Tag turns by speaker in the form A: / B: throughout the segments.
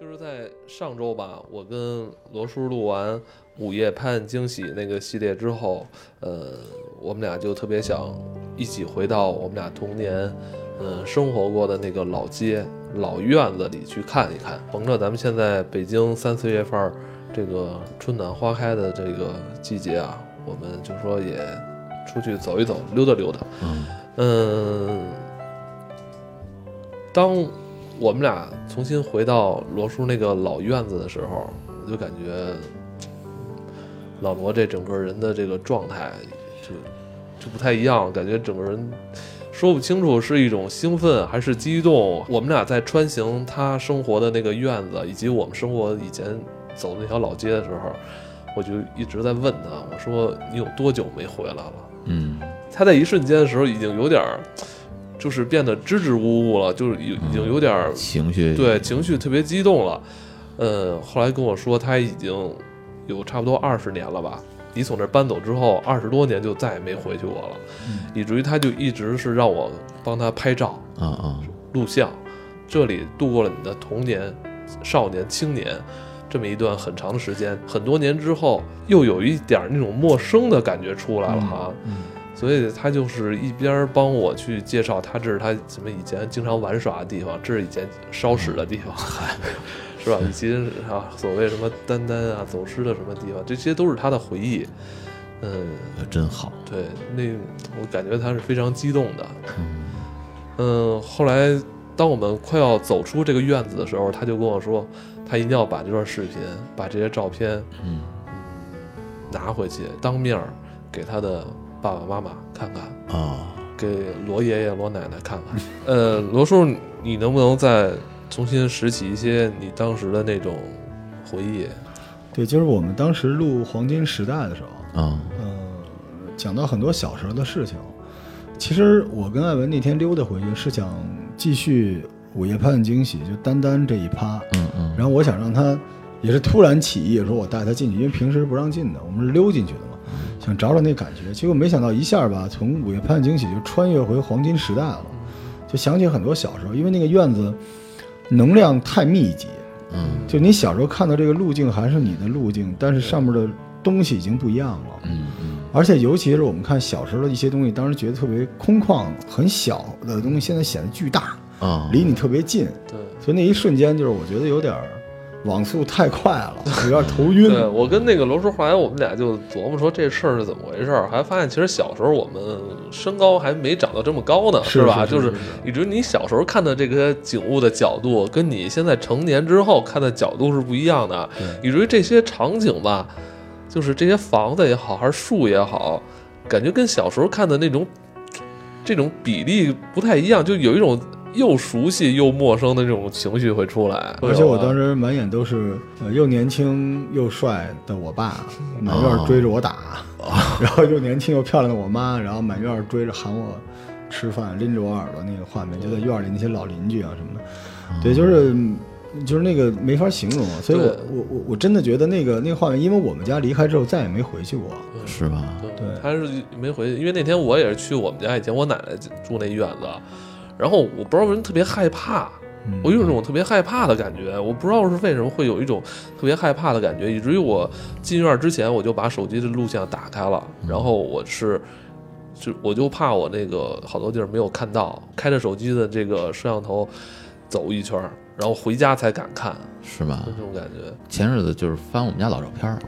A: 就在上周吧，我跟罗叔录完《午夜拍案惊喜》那个系列之后，呃，我们俩就特别想一起回到我们俩童年，嗯、生活过的那个老街、老院子里去看一看。甭着咱们现在北京三四月份儿这个春暖花开的这个季节啊，我们就说也出去走一走，溜达溜达。
B: 嗯
A: 嗯，当我们俩重新回到罗叔那个老院子的时候，我就感觉老罗这整个人的这个状态就就不太一样，感觉整个人说不清楚是一种兴奋还是激动。我们俩在穿行他生活的那个院子，以及我们生活以前走的那条老街的时候，我就一直在问他，我说你有多久没回来了？
B: 嗯
A: 他在一瞬间的时候已经有点儿，就是变得支支吾吾了，就是有已经有点儿
B: 情绪
A: 对情绪特别激动了。呃，后来跟我说他已经有差不多二十年了吧，你从这儿搬走之后，二十多年就再也没回去过了，以至于他就一直是让我帮他拍照
B: 啊啊
A: 录像，这里度过了你的童年、少年、青年。这么一段很长的时间，很多年之后，又有一点儿那种陌生的感觉出来了哈、
B: 嗯
A: 所以他就是一边儿帮我去介绍他这是他什么以前经常玩耍的地方，这是以前烧屎的地 方，是吧？以及啊，所谓什么丹丹啊、走失的什么地方，这些都是他的回忆。嗯，
B: 真好
A: 对，那我感觉他是非常激动的。
B: 嗯
A: 嗯，后来当我们快要走出这个院子的时候，他就跟我说，他一定要把这段视频、把这些照片
B: 嗯
A: 拿回去，当面儿给他的爸爸妈妈看看。
B: 啊
A: 给罗爷爷、罗奶奶看看。 呃，罗叔，你能不能再重新拾起一些你当时的那种回忆？
C: 对，就是我们当时录《黄金时代》的时候，
B: 啊
C: 呃，讲到很多小时候的事情。其实我跟艾文那天溜达回去是想继续《午夜拍案惊喜》，就丹丹这一趴。
B: 嗯嗯
C: 然后我想让他，也是突然起意说，我带他进去，因为平时不让进的，我们是溜进去的嘛，想找找那感觉。结果没想到一下吧，从《午夜拍案惊喜》就穿越回黄金时代了，就想起很多小时候，因为那个院子能量太密集，
B: 嗯
C: 就你小时候看到这个路径还是你的路径，但是上面的东西已经不一样了。
B: 嗯嗯
C: 而且尤其是我们看小时候的一些东西，当时觉得特别空旷、很小的东西，现在显得巨大，
B: 啊
C: 离你特别近。
A: 对，
C: 所以那一瞬间，就是我觉得有点儿网速太快了，有点儿头晕。
A: 对我跟那个罗叔，后来我们俩就琢磨说这事儿是怎么回事儿，还发现其实小时候我们身高还没长到这么高呢，
C: 是
A: 吧？
C: 是是
A: 就是
C: 是
A: 以至于你小时候看的这个景物的角度，跟你现在成年之后看的角度是不一样的，以至于这些场景吧，就是这些房子也好，还是树也好，感觉跟小时候看的那种这种比例不太一样，就有一种又熟悉又陌生的这种情绪会出来。
C: 而且我当
A: 时
C: 时满眼都是呃又年轻又帅的我爸，满院儿追着我打， 然后又年轻又漂亮的我妈，然后满院儿追着喊我吃饭，拎着我耳朵那个画面，就在院儿里那些老邻居啊什么的，对，就是嗯就是那个没法形容啊，所以我
A: 对
C: 我我我真的觉得那个那个画面，因为我们家离开之后再也没回去过，
B: 是吧
A: 对
C: 对，
A: 他是没回去，因为那天我也是去我们家，以前我奶奶住那院子，然后我不知道为什么特别害怕，
C: 嗯
A: 我有一种特别害怕的感觉，我不知道是为什么会有一种特别害怕的感觉，以至于我进院之前我就把手机的录像打开了，
B: 嗯
A: 然后我是。就我就怕我那个好多地儿没有看到，开着手机的这个摄像头走一圈儿，然后回家才敢看，
B: 是吧
A: 就？这种感觉。
B: 前日子就是翻我们家老照片儿，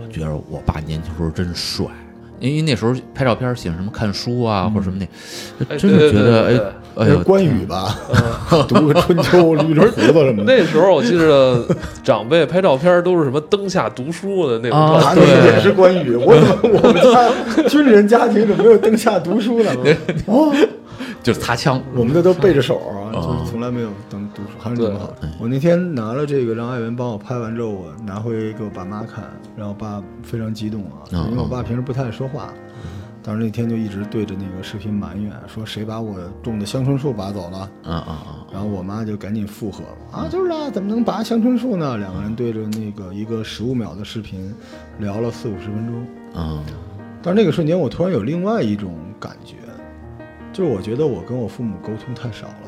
B: 我觉得我爸年轻时候真帅。嗯因为那时候拍照片喜欢什么看书啊，或者什么
A: 哎
B: 那，真的
A: 对
B: 觉
A: 对对
B: 得哎哎
C: 是
B: 呦，
C: 关羽吧， 读个春秋，捋捋胡子什么的。
A: 那时候我记着长辈拍照片都是什么灯下读书的那种
B: 啊
A: 照
C: 啊，
A: 片，
C: 那
B: 对
C: 也是关羽。我怎么我们 家军人家庭怎么没有灯下读书呢？哦，
B: 就是擦枪，
C: 我们的都背着手啊，
B: 哦
C: 就是从来没有灯读书，还是你们好
B: 对哎。
C: 我那天拿了这个，让艾文帮我拍完之后，我拿回给我爸妈看，然后我爸非常激动啊，
B: 嗯
C: 因为我爸平时不太爱说话。当时那天就一直对着那个视频埋怨，说谁把我种的香椿树拔走了，
B: 啊啊啊，
C: 然后我妈就赶紧附和
B: 嗯
C: 啊，就是啊，怎么能拔香椿树呢？两个人对着那个一个十五秒的视频聊了四五十分钟。
B: 嗯
C: 但是那个瞬间，我突然有另外一种感觉，就是我觉得我跟我父母沟通太少了。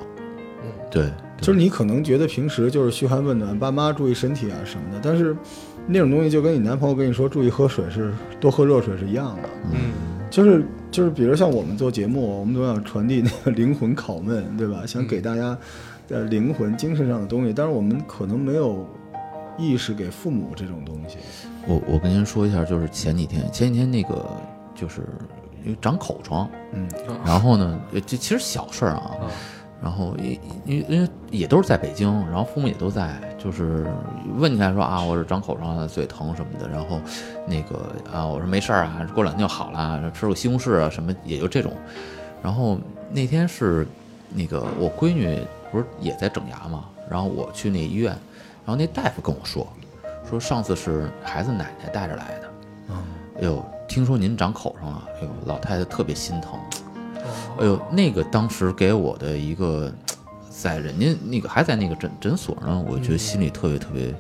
B: 对，
C: 就是你可能觉得平时就是嘘寒问暖，爸妈注意身体啊什么的，但是那种东西就跟你男朋友跟你说注意喝水是多喝热水是一样的，
A: 嗯
C: 就是就是比如像我们做节目，我们都想传递那个灵魂拷问，对吧？想给大家呃灵魂精神上的东西，但是我们可能没有意识给父母这种东西。
B: 我我跟您说一下，就是前几天，前几天那个就是因为长口疮，
C: 嗯，
B: 然后呢，呃这其实小事儿啊，
A: 啊
B: 然后因因因为也都是在北京，然后父母也都在，就是问起来说啊，我是长口疮，嘴疼什么的，然后那个啊，我说没事儿啊，过两天就好了，吃个西红柿啊什么，也就这种。然后那天是那个我闺女不是也在整牙嘛，然后我去那医院，然后那大夫跟我说，说上次是孩子奶奶带着来的，哎呦，听说您长口疮了，哎呦，老太太特别心疼。哎呦，那个当时给我的一个，在人家那个还在那个诊诊所呢，我觉得心里特别特别，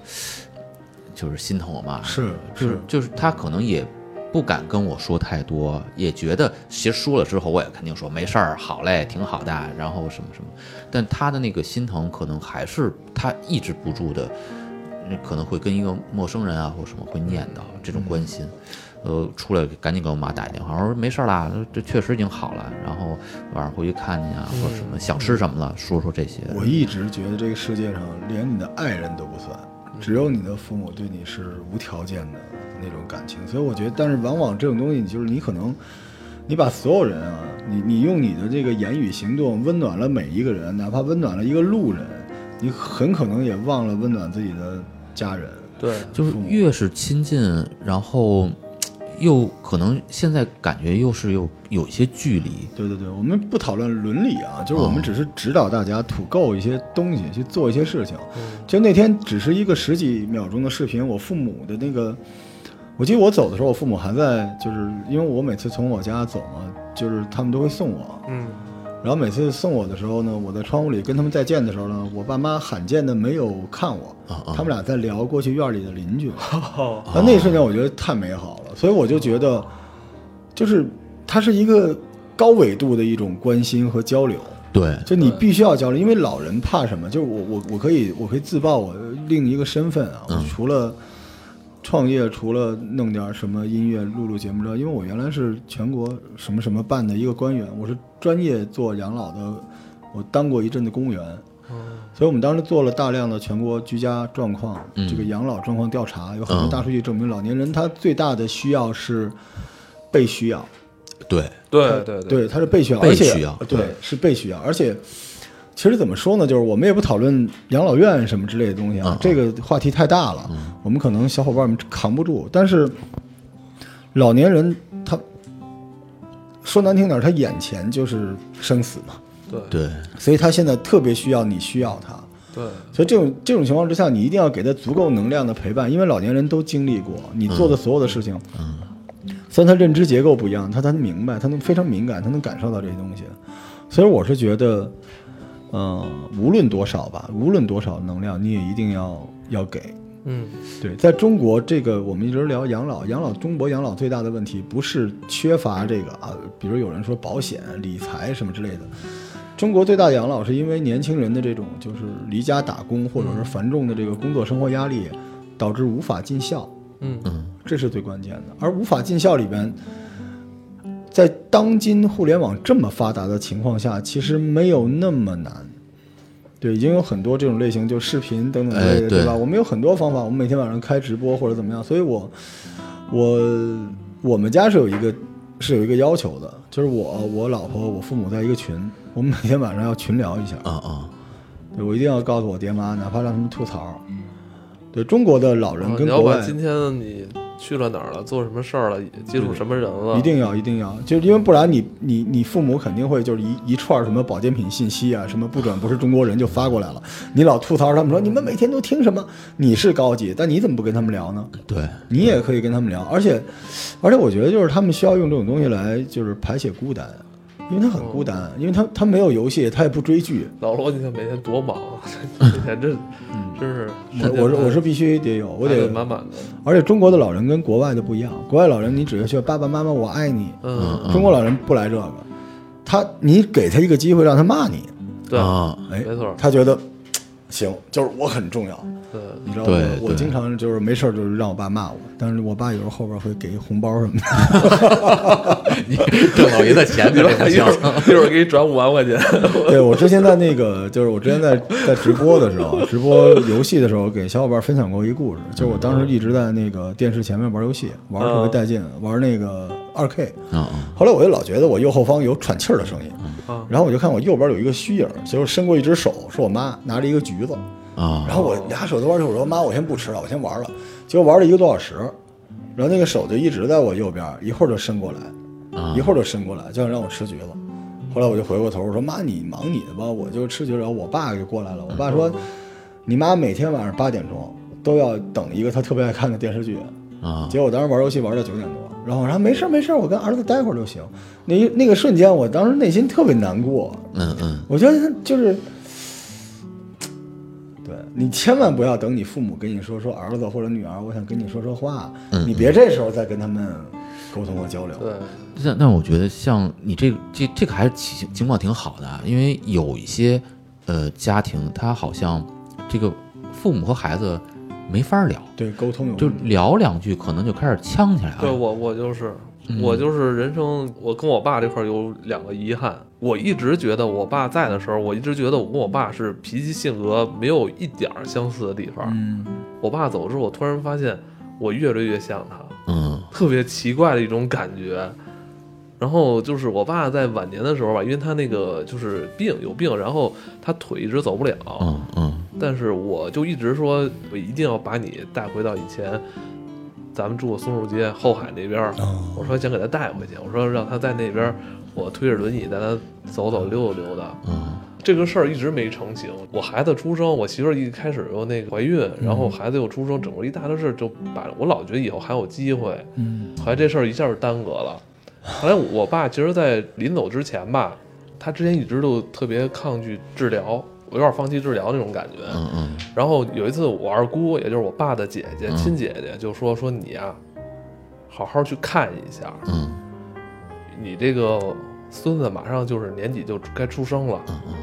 B: 就是心疼我妈，
C: 是
B: 就是就是她可能也不敢跟我说太多，也觉得其实说了之后，我也肯定说没事儿，好嘞，挺好的，然后什么什么，但她的那个心疼可能还是她抑制不住的，可能会跟一个陌生人啊或什么会念叨这种关心。呃，出来赶紧给我妈打一电话，我说没事儿啦，这确实已经好了。然后晚上回去看你啊，或者什么想吃什么了，说说这些。
C: 我一直觉得这个世界上连你的爱人都不算，只有你的父母对你是无条件的那种感情。所以我觉得，但是往往这种东西，你就是你可能，你把所有人啊，你你用你的这个言语行动温暖了每一个人，哪怕温暖了一个路人，你很可能也忘了温暖自己的家人。
A: 对，
B: 就是
C: 父母
B: 越是亲近，然后又可能现在感觉又是有有一些距离。
C: 对对对，我们不讨论伦理啊，就是我们只是指导大家土够一些东西，去做一些事情。就那天只是一个十几秒钟的视频，我父母的那个，我记得我走的时候，我父母还在，就是因为我每次从我家走嘛，就是他们都会送我。
A: 嗯
C: 然后每次送我的时候呢，我在窗户里跟他们再见的时候呢，我爸妈罕见的没有看我，
B: 啊哦
C: 他们俩在聊过去院里的邻居。
A: 哦
C: 然后那一瞬间我觉得太美好了，所以我就觉得，就是它是一个高纬度的一种关心和交流。
B: 对，
C: 就你必须要交流，因为老人怕什么？就是我我我可以我可以自曝我另一个身份啊，我除了创业，除了弄点什么音乐录录节目之外，因为我原来是全国什么什么办的一个官员，我是专业做养老的，我当过一阵子公务员，所以我们当时做了大量的全国居家状况、这个养老状况调查，有很多大数据证明老年人他最大的需要是被需要。
B: 对，
A: 呃对对
C: 对，它是被需要，
B: 被
C: 而且呃
B: 需要
C: 对，是被需要，而且。其实怎么说呢，就是我们也不讨论养老院什么之类的东西
B: 嗯
C: 啊，这个话题太大了，我们可能小伙伴们扛不住。但是老年人他说难听点儿，他眼前就是生死嘛，
A: 对
B: 对，
C: 所以他现在特别需要你需要他，
A: 对，
C: 所以这种这种情况之下，你一定要给他足够能量的陪伴，因为老年人都经历过你做的所有的事情。嗯，虽然他认知结构不一样，他他明白，他能非常敏感，他能感受到这些东西。所以我是觉得，嗯、无论多少吧，无论多少能量，你也一定要要给。
A: 嗯
C: 对，在中国这个我们一直聊养老，养老中国养老最大的问题不是缺乏这个啊，比如有人说保险、理财什么之类的。中国最大的养老是因为年轻人的这种就是离家打工或者是繁重的这个工作生活压力，导致无法尽孝，
A: 嗯
C: 这是最关键的。而无法尽孝里边，在当今互联网这么发达的情况下，其实没有那么难。对，已经有很多这种类型，就视频等等之类
B: 哎
C: 的，
B: 对
C: 吧？我们有很多方法，我们每天晚上开直播或者怎么样，所以我我我们家是有一个是有一个要求的，就是我我老婆我父母在一个群，我们每天晚上要群聊一下，
B: 啊啊，
C: 对我一定要告诉我爹妈，哪怕让他们吐槽。对中国的老人
A: 啊
C: 跟
A: 你
B: 哦
A: 要
C: 国外
A: 把今天你去了哪儿了，做什么事儿了，接触什么人了，
C: 一定要一定要，就是因为不然你你你父母肯定会就是一一串什么保健品信息啊，什么不准不是中国人就发过来了。你老吐槽他们说你们每天都听什么？你是高级，但你怎么不跟他们聊呢？
B: 对，
C: 你也可以跟他们聊，而且而且我觉得就是他们需要用这种东西来就是排解孤单，因为他很孤单，因为他他没有游戏，他也不追剧。
A: 老罗，你看每天多忙 啊，每天真真是
C: 嗯我我是我是必须得有，我
A: 排
C: 得
A: 得满满的，
C: 而且中国的老人跟国外的不一样，
B: 嗯
C: 国外老人你只是说爸爸妈妈我爱你，
A: 嗯，
C: 中国老人不来这个，他你给他一个机会让他骂你，
A: 对，
B: 啊，
C: 哎，
A: 没错
C: 他觉得行，就是我很重要，
A: 嗯，
C: 你知道吗？
B: 对
C: 我
B: 对
C: 经常就是没事儿就是让我爸骂我，但是我爸有时候后边会给红包什么的。
B: 你挣老爷的钱
A: 你
B: 肯
A: 爸
B: 定不
A: 一
B: 行
A: 会。儿一会儿给你转五万块钱，
C: 对我之前在那个，就是我之前在在直播的 时候，直播游戏的时候，给小伙伴分享过一故事，就是我当时一直在那个电视前面玩游戏，玩得特
A: 嗯
C: 别带劲，玩那个二 K。
B: 嗯嗯，
C: 后来我就老觉得我右后方有喘气儿的声音，然后我就看我右边有一个虚影儿，结果伸过一只手，是我妈拿着一个橘子，
B: 啊
C: 然后我俩手都玩儿去，我说妈，我先不吃了，我先玩儿了。结果玩了一个多小时，然后那个手就一直在我右边，一会儿就伸过来，
B: 啊
C: 一会儿就伸过来，就想让我吃橘子。后来我就回过头，我说妈，你忙你的吧，我就吃橘子。然后我爸就过来了，我爸说，你妈每天晚上八点钟都要等一个她特别爱看的电视剧。
B: 啊
C: 结果我当时玩游戏玩到九点多，然后我说没事儿没事儿，我跟儿子待会儿就行。那一那个瞬间，我当时内心特别难过，
B: 嗯嗯，
C: 我觉得就是，对你千万不要等你父母跟你说说儿子或者女儿，我想跟你说说话，
A: 嗯
C: 你别这时候再跟他们沟通和交流。
A: 对，
B: 那那我觉得像你这个这这个还是情情况挺好的啊，因为有一些呃家庭，他好像这个父母和孩子没法聊，
C: 对，沟通有
B: 就聊两句可能就开始呛起来
A: 对
B: 了。
A: 我我就是我就是人生，我跟我爸这块儿有两个遗憾。我一直觉得我爸在的时候，我一直觉得我跟我爸是脾气性格没有一点儿相似的地方。
C: 嗯，
A: 我爸走之后，我突然发现我越来越像他，
B: 嗯
A: 特别奇怪的一种感觉。然后就是我爸在晚年的时候吧，因为他那个就是病有病，然后他腿一直走不了。
B: 嗯嗯
A: 但是我就一直说，我一定要把你带回到以前，咱们住松树街后海那边儿。我说想给他带回去，我说让他在那边儿，我推着轮椅带他走走溜达溜达。
B: 嗯
A: 这个事儿一直没成型。我孩子出生，我媳妇儿一开始又那个怀孕，然
B: 嗯
A: 后孩子又出生，整个一大的事儿就把我老觉得以后还有机会，
C: 嗯，
A: 后来这事儿一下就耽搁了。后来我爸其实，在临走之前吧，他之前一直都特别抗拒治疗，我有点放弃治疗那种感觉。
B: 嗯嗯
A: 然后有一次，我二姑，也就是我爸的姐姐，
B: 嗯
A: 亲姐姐，就说说你呀、好好去看一下，
B: 嗯
A: 你这个孙子马上就是年底就该出生了。
B: 嗯嗯，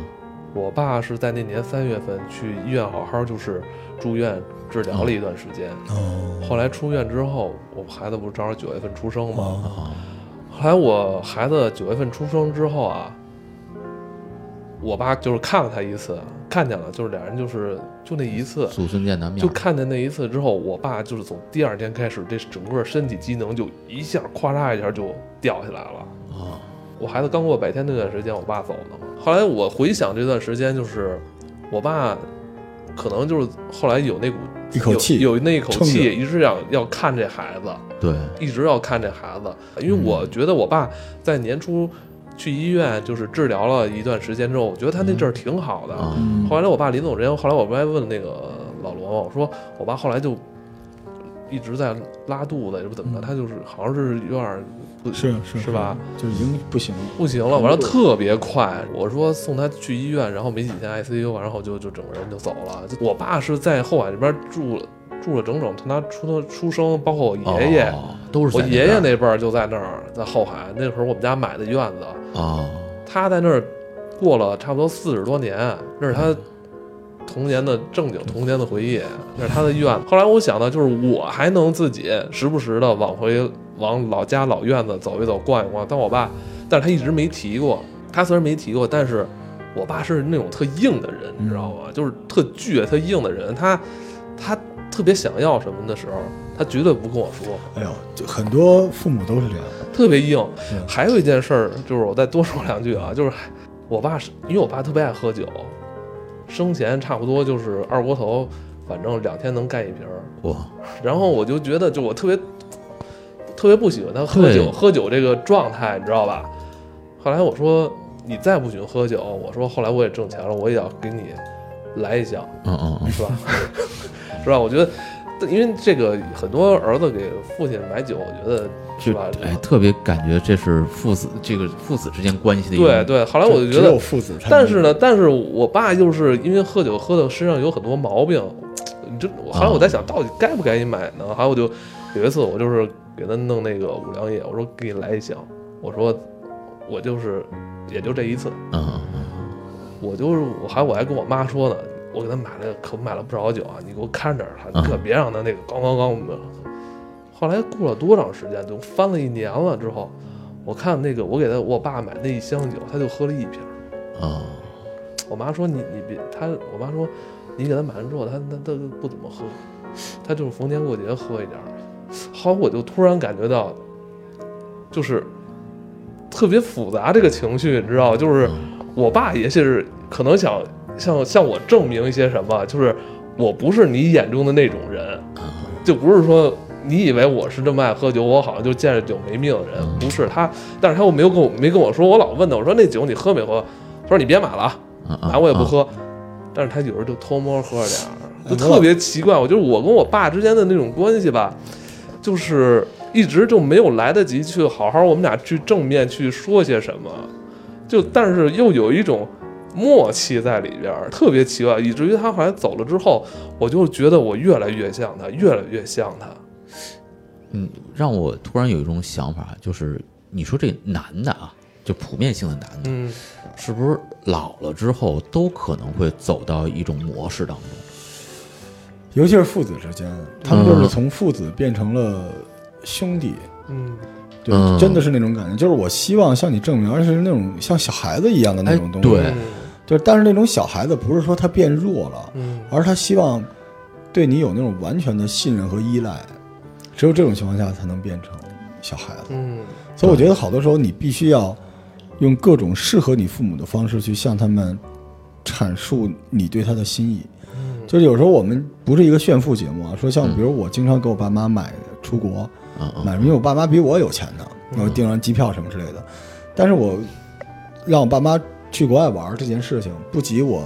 A: 我爸是在那年三月份去医院好好就是住院治疗了一段时间，
B: 嗯
C: 哦，
A: 后来出院之后，我孩子不是正好九月份出生吗？
C: 哦
B: 哦
A: 后来我孩子九月份出生之后啊，我爸就是看了他一次，看见了，就是俩人就是就那一次，
B: 祖孙见难免
A: 就。看见那一次之后，我爸就是从第二天开始，这整个身体机能就一下咵嚓一下就掉下来了。
B: 哦
A: 我孩子刚过百天那段时间，我爸走的嘛。后来我回想这段时间，就是我爸可能就是后来有那股
C: 一口气
A: 有有那一口
C: 撑着
A: 气，一直想要看这孩子，
B: 对，
A: 一直要看这孩子，因为我觉得我爸在年初去医院就是治疗了一段时间之后，我觉得他那阵儿挺好的。
B: 啊
C: 嗯
A: 后来我爸临走之前，后来我不还问那个老罗嘛，我说我爸后来就一直在拉肚子，也不怎
B: 嗯
A: 么着，他就是好像是有点儿不
C: 是是
A: 是吧？？
C: 就已经不行了。
A: 不行了，完了特别快。我说送他去医院，然后没几天 ICU，然后就就整个人就走了。就我爸是在后海这边住了住了整整从他出出生，包括我爷爷，
B: 哦都是
A: 我
B: 在
A: 爷爷
B: 边
A: 那辈儿就在那儿，在后海那会儿我们家买的院子，
B: 哦
A: 他在那儿过了差不多四十多年，那是他童年的正经童年的回忆，那是他的院子。后来我想到，就是我还能自己时不时的往回往老家老院子走一走、逛一逛，但我爸，但是他一直没提过。他虽然没提过，但是我爸是那种特硬的人，你知道吗？就是特倔、特硬的人。他他特别想要什么的时候，他绝对不跟我说。
C: 哎呦，就很多父母都是这样。
A: 特别硬
C: 嗯。
A: 还有一件事儿，就是我再多说两句
B: 嗯
A: 啊，就是我爸是因为我爸特别爱喝酒，生前差不多就是二锅头，反正两天能干一瓶儿。
B: 哇
A: 然后我就觉得，就我特别特别不喜欢他喝酒
B: 对
A: 喝酒这个状态，你知道吧？后来我说你再不许喝酒，我说后来我也挣钱了，我也要给你来一箱。
B: 嗯嗯嗯
A: 是吧？ 是吧？我觉得，因为这个很多儿子给父亲买酒，我觉得是
B: 就
A: 吧？
B: 哎，特别感觉这是父子这个父子之间关系的一
A: 对
B: 种
A: 对，后来我就
C: 只
A: 觉
C: 有
A: 得，
C: 父子才能，
A: 但是呢，但是我爸就是因为喝酒喝的身上有很多毛病，你这后来我在想到底该不该你买呢？还有我就有一次我就是给他弄那个五粮液，我说给你来一箱，我说我就是也就这一次，
B: 嗯嗯嗯
A: 我就是我还我还跟我妈说呢，我给他买了，可买了不少酒啊，你给我看着他，你可别让他那个咣咣咣。后来过了多长时间，都翻了一年了之后，我看那个我给他我爸买那一箱酒，他就喝了一瓶。
B: 哦，
A: 我妈说你你别他，我妈说你给他买完之后，他他他不怎么喝，他就是逢年过节喝一点儿。好，我就突然感觉到，就是特别复杂这个情绪，你知道，就是我爸也是可能想向向我证明一些什么，就是我不是你眼中的那种人，就不是说你以为我是这么爱喝酒，我好像就见着酒没命的人，不是他，但是他又没有跟我没跟我说，我老问他，我说那酒你喝没喝？他说你别买了啊，
B: 嗯
A: 买我也不，喝，但是他有时候就偷摸喝着点儿，就特别奇怪。我觉得我跟我爸之间的那种关系吧，就是一直就没有来得及去好好我们俩去正面去说些什么，就但是又有一种默契在里边儿，特别奇怪，以至于他后来走了之后，我就觉得我越来越像他，越来越像他。
B: 嗯，让我突然有一种想法，就是你说这男的啊，就普遍性的男的，
A: 嗯，
B: 是不是老了之后都可能会走到一种模式当中？
C: 尤其是父子之间，啊他
B: 嗯
C: 们就是从父子变成了兄弟，
A: 嗯，
C: 对，
B: 嗯
C: 真的是那种感觉。就是我希望向你证明，而是那种像小孩子一样的那种东西。
B: 哎对
A: 嗯
C: 就是但是那种小孩子不是说他变弱了，
A: 嗯，
C: 而是他希望对你有那种完全的信任和依赖。只有这种情况下才能变成小孩子。
A: 嗯，
C: 所以我觉得好多时候你必须要用各种适合你父母的方式去向他们阐述你对他的心意。就是有时候我们不是一个炫富节目啊，说像比如我经常给我爸妈买出国，
B: 嗯嗯，
C: 买，因为我爸妈比我有钱呢，我订张机票什么之类的。但是我让我爸妈去国外玩儿这件事情，不及我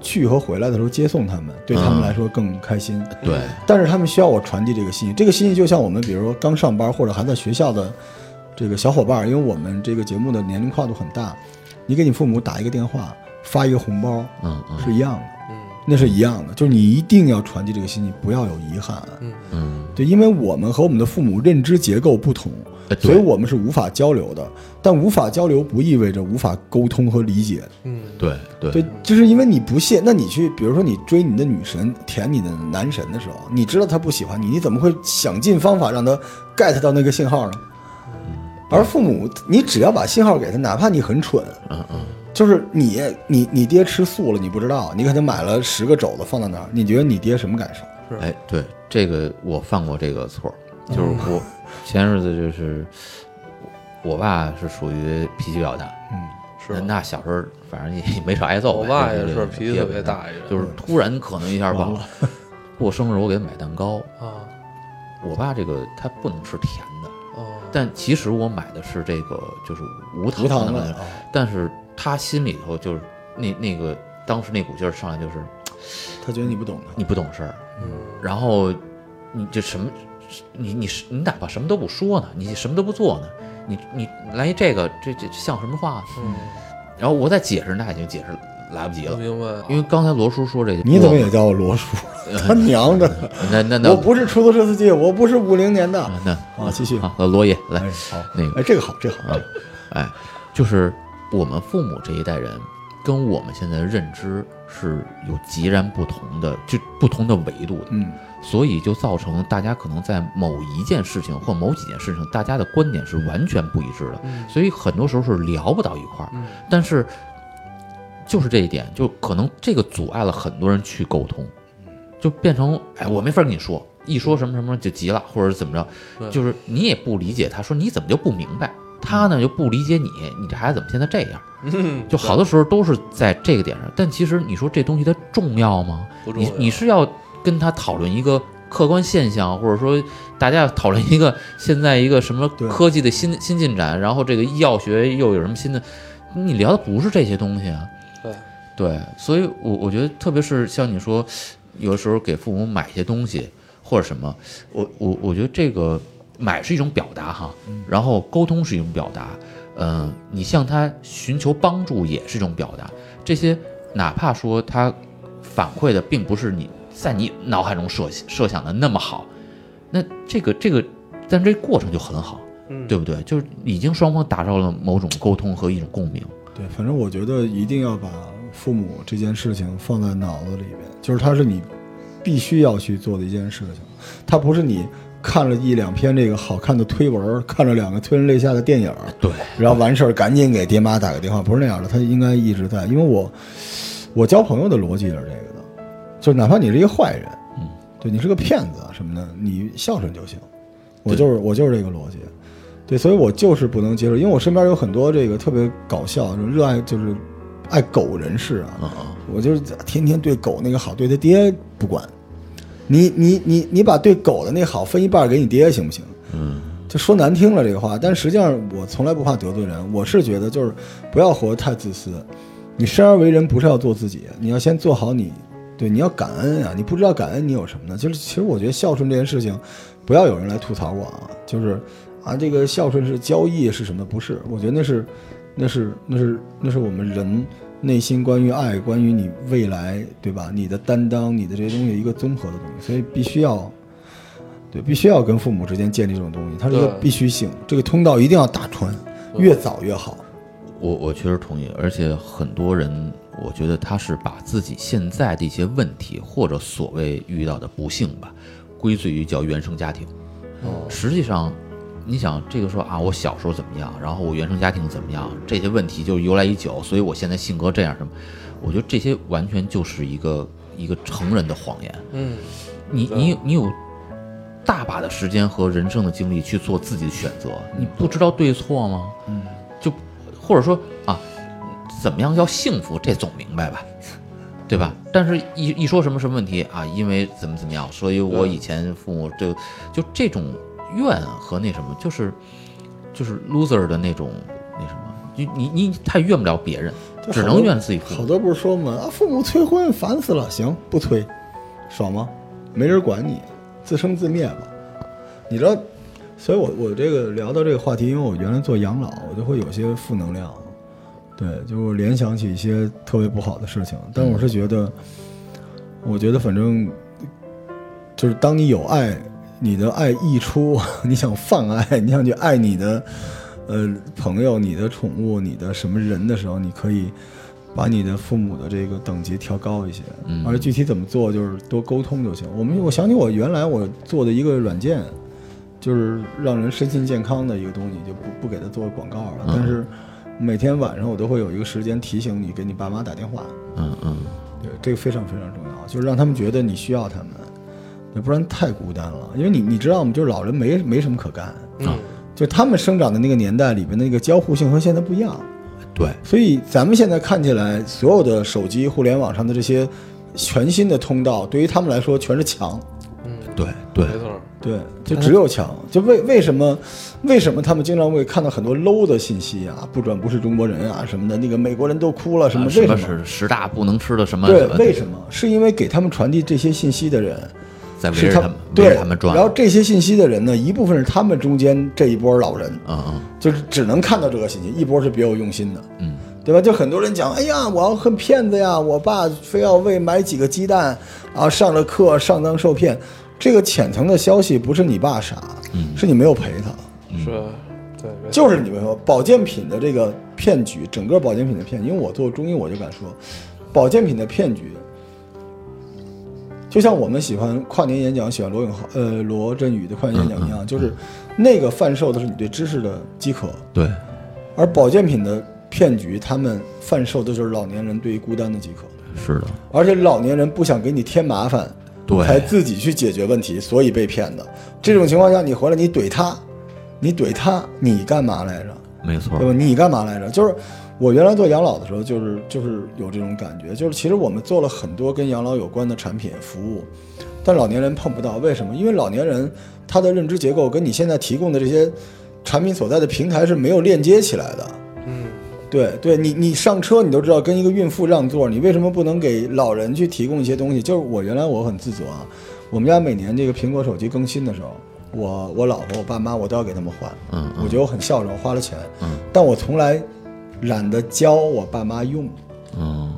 C: 去和回来的时候接送他们，对他们来说更开心。
B: 对，
C: 但是他们需要我传递这个信息，这个信息就像我们比如说刚上班或者还在学校的这个小伙伴儿，因为我们这个节目的年龄跨度很大，你给你父母打一个电话，发一个红包
B: 嗯嗯
C: 是一样的，
A: 嗯，
C: 那是一样的，就是你一定要传递这个信息，不要有遗憾。
B: 嗯，
C: 对，因为我们和我们的父母认知结构不同，
B: 哎
C: 所以
B: 对
C: 我们是无法交流的。但无法交流不意味着无法沟通和理解。
A: 嗯，
B: 对对
C: 对，就是因为你不屑，那你去，比如说你追你的女神、舔你的男神的时候，你知道他不喜欢你，你怎么会想尽方法让他 get 到那个信号呢？而父母，你只要把信号给他，哪怕你很蠢，
B: 嗯嗯，
C: 就是你你你爹吃素了，你不知道，你给他买了十个肘子放在那儿，你觉得你爹什么感受？
A: 是
B: 哎，对，这个我犯过这个错儿，就是
A: 嗯
B: 我 前日子就是我爸是属于脾气比较大，
A: 是，
B: 哎那小时候反正也没少挨揍
A: 我
B: 呗。
A: 爸也
B: 就是是
A: 脾气特别，大一人，
B: 就是突然可能一下吧， 过生日我给他买蛋糕，
A: 啊，
B: 我爸这个他不能吃甜的，
A: 哦，
B: 但其实我买的是这个就是无糖
C: 无糖
B: 的
C: 的哦
B: 嘛，但是他心里头就是那那个当时那股劲儿上来就是
C: 他觉得你不懂他。
B: 你不懂事儿，
A: 嗯
B: 然后你这什么，你你是你哪怕什么都不说呢，你什么都不做呢，你你来一这个这这这像什么话？
A: 嗯，
B: 然后我再解释，那已经解释来不及
A: 我
B: 了，
A: 明白，
B: 因为刚才罗叔说这，
C: 你怎么也叫 我罗叔？他娘的！
B: 我那那那
C: 我不是出租车司机，我不是五零年的。
B: 啊那
C: 啊，继续。
B: 好，呃罗爷来
C: 哎，，好，
B: 那个
C: 哎，这个好，这个好。
B: 哎，就是我们父母这一代人跟我们现在的认知是有截然不同的，就不同的维度的。
C: 嗯，
B: 所以就造成大家可能在某一件事情或某几件事情，大家的观点是完全不一致的，所以很多时候是聊不到一块儿。但是就是这一点，就可能这个阻碍了很多人去沟通，就变成哎，我没法跟你说，一说什么什么就急了，或者怎么着，
A: 对
B: 就是你也不理解他说你怎么就不明白，他呢就不理解你，你这孩子怎么现在这样？
A: 嗯，
B: 就好多时候都是在这个点上，但其实你说这东西它重要吗？
A: 不重
B: 你
A: 要
B: 你是要跟他讨论一个客观现象，或者说大家要讨论一个现在一个什么
C: 对
B: 科技的新新进展，然后这个医药学又有什么新的，你聊的不是这些东西啊。
A: 对，
B: 对，所以我我觉得，特别是像你说，有的时候给父母买一些东西或者什么，我我我觉得这个买是一种表达哈，然后沟通是一种表达，嗯、你向他寻求帮助也是一种表达，这些哪怕说他反馈的并不是你在你脑海中设设想的那么好，那这个这个，但是这个过程就很好，
A: 嗯
B: 对不对？就是已经双方达到了某种沟通和一种共鸣，
C: 对，反正我觉得一定要把父母这件事情放在脑子里边，就是它是你必须要去做的一件事情，它不是你看了一两篇这个好看的推文，看了两个催人泪下的电影，
B: 对，
C: 然后完事儿赶紧给爹妈打个电话，不是那样的，他应该一直在，因为我我交朋友的逻辑是这个的，就是哪怕你是一个坏人，
B: 嗯，
C: 对你是个骗子啊什么的，你孝顺就行。我
B: 对
C: 就是我就是这个逻辑，对，所以我就是不能接受，因为我身边有很多这个特别搞笑、热爱就是爱狗人士啊，
B: 嗯嗯，
C: 我就是天天对狗那个好，对他爹不管。你你你你把对狗的那好分一半给你爹行不行？
B: 嗯，
C: 就说难听了这个话，但实际上我从来不怕得罪人，我是觉得就是不要活得太自私。你生而为人不是要做自己，你要先做好你，对，你要感恩啊！你不知道感恩你有什么呢？其实其实我觉得孝顺这件事情，不要有人来吐槽我啊，就是啊这个孝顺是交易是什么？不是，我觉得那是那是那是那是我们人内心关于爱、关于你未来对吧？你的担当、你的这些东西一个综合的东西，所以必须要。对，必须要跟父母之间建立这种东西，它是一个
A: 对
C: 必须性，这个通道一定要打穿，越早越好。
B: 我我确实同意，而且很多人，我觉得他是把自己现在的一些问题或者所谓遇到的不幸吧，归罪于叫原生家庭。
A: 哦，
B: 实际上，你想这个说啊，我小时候怎么样，然后我原生家庭怎么样，这些问题就由来已久，所以我现在性格这样什么，我觉得这些完全就是一个一个成人的谎言。
A: 嗯，
B: 你
A: 对
B: 你你有大把的时间和人生的精力去做自己的选择，你不知道对错吗？嗯，就或者说啊，怎么样叫幸福，这总明白吧？对吧？但是一，一说什么什么问题啊，因为怎么怎么样，所以我
A: 对
B: 以前父母就就这种怨和那什么，就是就是 loser 的那种那什么，你你你太怨不了别人，
C: 对
B: 只
C: 好
B: 能
C: 多
B: 怨自己父母。
C: 好多不是说吗？啊，父母催婚烦死了，行不催，爽吗？没人管你，自生自灭吧。你知道，所以我我这个聊到这个话题，因为我原来做养老，我就会有些负能量，对，就我联想起一些特别不好的事情。但我是觉得，我觉得反正就是当你有爱，你的爱溢出，你想泛爱，你想去爱你的呃朋友、你的宠物、你的什么人的时候，你可以把你的父母的这个等级调高一些。
B: 嗯
C: 而具体怎么做，就是多沟通就行。我们我想起我原来我做的一个软件，就是让人身心健康的一个东西，就不不给他做广告了。
B: 嗯
C: 但是每天晚上我都会有一个时间提醒你，给你爸妈打电话。
B: 嗯嗯，
C: 对，这个非常非常重要，就是让他们觉得你需要他们，对不然太孤单了。因为你你知道吗？就是老人没没什么可干，
B: 啊
A: 嗯，
C: 就他们生长的那个年代里边的那个交互性和现在不一样，
B: 对，
C: 所以咱们现在看起来所有的手机、互联网上的这些全新的通道，对于他们来说全是墙。
B: 对对
A: 没错儿，
C: 对，就只有强。就为为什么，为什么他们经常会看到很多 low 的信息啊？不转不是中国人啊什么的，那个美国人都哭了什么？
B: 啊
C: 为什么？
B: 是十大不能吃的什么？
C: 对
B: 什，么
C: 为什么？是因为给他们传递这些信息的人
B: 在围
C: 是
B: 着
C: 他
B: 他们，围
C: 对
B: 着他们转。
C: 然后这些信息的人呢，一部分是他们中间这一波老人，
B: 嗯嗯
C: 就是只能看到这个信息；一波是别有用心的，
B: 嗯，
C: 对吧？就很多人讲，哎呀，我要恨骗子呀，我爸非要为买几个鸡蛋啊上了课上当受骗。这个浅层的消息不是你爸傻，
B: 嗯
C: 是你没有陪他。
A: 是，对，没错儿
C: 就是你们说保健品的这个骗局，整个保健品的骗局，因为我做中医，我就敢说，保健品的骗局，就像我们喜欢跨年演讲，喜欢罗永浩、呃罗振宇的跨年演讲一样，就是那个贩售的是你对知识的饥渴，
B: 对，
C: 而保健品的骗局，他们贩售的就是老年人对于孤单的饥渴，
B: 是的，
C: 而且老年人不想给你添麻烦，
B: 对
C: 才自己去解决问题，所以被骗的。这种情况下，你回来你怼他，你怼他，你干嘛来着？
B: 没错
C: 对吧？你干嘛来着？就是我原来做养老的时候，就是就是有这种感觉，就是其实我们做了很多跟养老有关的产品服务，但老年人碰不到，为什么？因为老年人他的认知结构跟你现在提供的这些产品所在的平台是没有链接起来的。
A: 嗯，
C: 对对，你你上车你都知道跟一个孕妇让座，你为什么不能给老人去提供一些东西？就是我原来我很自责啊，我们家每年这个苹果手机更新的时候，我我老婆我爸妈我都要给他们换，
B: 嗯
C: 我觉得我很孝顺，我花了钱，
B: 嗯
C: 但我从来懒得教我爸妈用，
B: 嗯，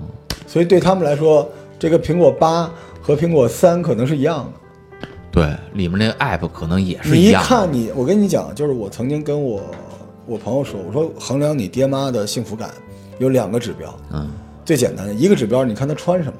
C: 所以对他们来说，这个苹果八和苹果三可能是一样的。
B: 对，里面那个 app 可能也是
C: 你一
B: 样的。
C: 看你，我跟你讲，就是我曾经跟我我朋友说，我说衡量你爹妈的幸福感有两个指标，
B: 嗯，
C: 最简单的一个指标，你看他穿什么。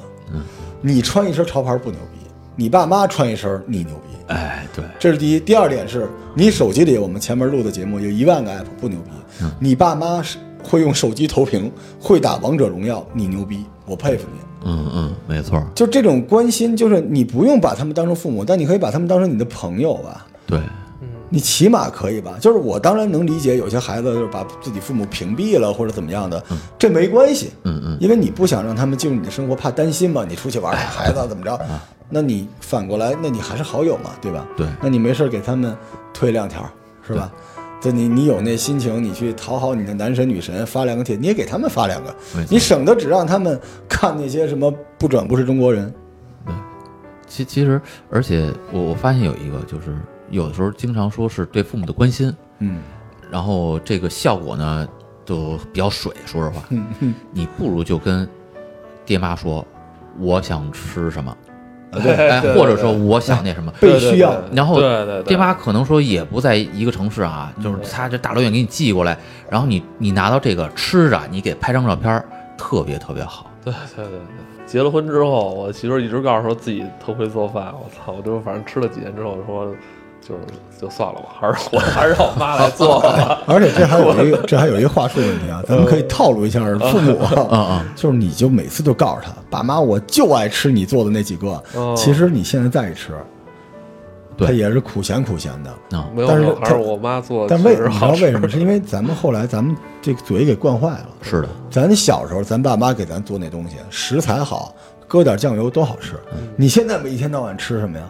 C: 你穿一身潮牌不牛逼，你爸妈穿一身你牛逼，
B: 哎，对，
C: 这是第一。第二点是你手机里，我们前面录的节目有一万个 app 不牛逼，你爸妈是会用手机投屏，会打王者荣耀，你牛逼，我佩服你。
B: 嗯嗯，没错儿，
C: 就这种关心，就是你不用把他们当成父母，但你可以把他们当成你的朋友吧。
B: 对，
C: 你起码可以吧？就是我当然能理解，有些孩子就是把自己父母屏蔽了或者怎么样的，这没关系。
B: 嗯嗯，哎
C: 因为你不想让他们进入你的生活，怕担心嘛，你出去玩儿，孩子怎么着？那你反过来，那你还是好友嘛，对吧？
B: 啊对
C: 那你没事儿给他们推两条，是吧？对你，你有那心情，你去讨好你的男神女神，发两个帖，你也给他们发两个
B: 没，错
C: 你省得只让他们看那些什么不转不是中国人，
B: 其其实，而且我我发现有一个，就是有的时候经常说是对父母的关心，
C: 嗯，
B: 然后这个效果呢就比较水。说实话，
C: 嗯
B: 你不如就跟爹妈说，我想吃什么，哎，
A: 对
B: 或者说我想那什么。
C: 被需要。
B: 然后
A: 对对对
B: 爹妈可能说也不在一个城市啊，就是他这大老远给你寄过来，然后你你拿到这个吃着，你给拍张照片儿，特别特别好。
A: 对对对对，结了婚之后，我媳妇儿一直告诉说自己特会做饭。我操，我这反正吃了几年之后说，就就算了吧，还是我还是让我妈来做 吧。
C: 而且这还有一个，这还有一个话术问题
A: 嗯
C: 啊，咱们可以套路一下父母，啊就是你就每次就告诉他，爸妈，我就爱吃你做的那几个
A: 哦，
C: 其实你现在再吃，
B: 对
C: 他也是苦咸苦咸的。
B: 啊、
A: 没有
C: 但
A: 没
C: 是
A: 有，还是
C: 他
A: 我妈做的
C: 但
A: 确
C: 为
A: 实
C: 你知
A: 好
C: 道
A: 吃。
C: 为什么？是因为咱们后来咱们这个嘴给惯坏了。
B: 是的，
C: 咱小时候，咱爸妈给咱做那东西，食材好，搁点酱油多好吃。
A: 嗯
C: 你现在一天到晚吃什么呀？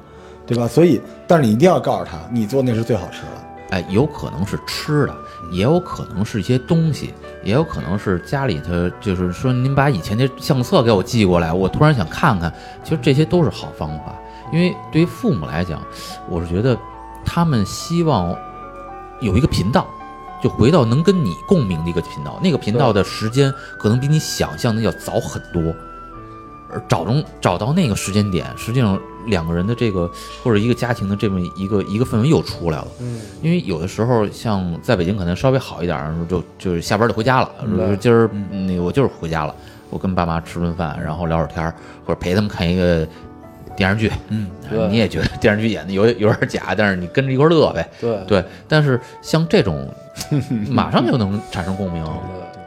C: 对吧？所以，但是你一定要告诉他，你做那是最好吃的。
B: 哎，有可能是吃的，也有可能是一些东西，也有可能是家里头，就是说您把以前的相册给我寄过来，我突然想看看。其实这些都是好方法，因为对于父母来讲，我是觉得他们希望有一个频道，就回到能跟你共鸣的一个频道。那个频道的时间可能比你想象的要早很多，而找中找到那个时间点，实际上两个人的这个或者一个家庭的这么一个一个氛围又出来了。
A: 嗯，
B: 因为有的时候像在北京可能稍微好一点儿，就就是下班就回家了。
A: 嗯
B: 就
A: 对
B: 是今儿那我就是回家了，我跟爸妈吃顿饭，然后聊会儿天儿，或者陪他们看一个电视剧。哎
C: 嗯，
A: 对
B: 你也觉得 电视剧演的有有点假，但是你跟着一块儿乐呗。
A: 对
B: 对，但是像这种马上就能产生共鸣。
A: 对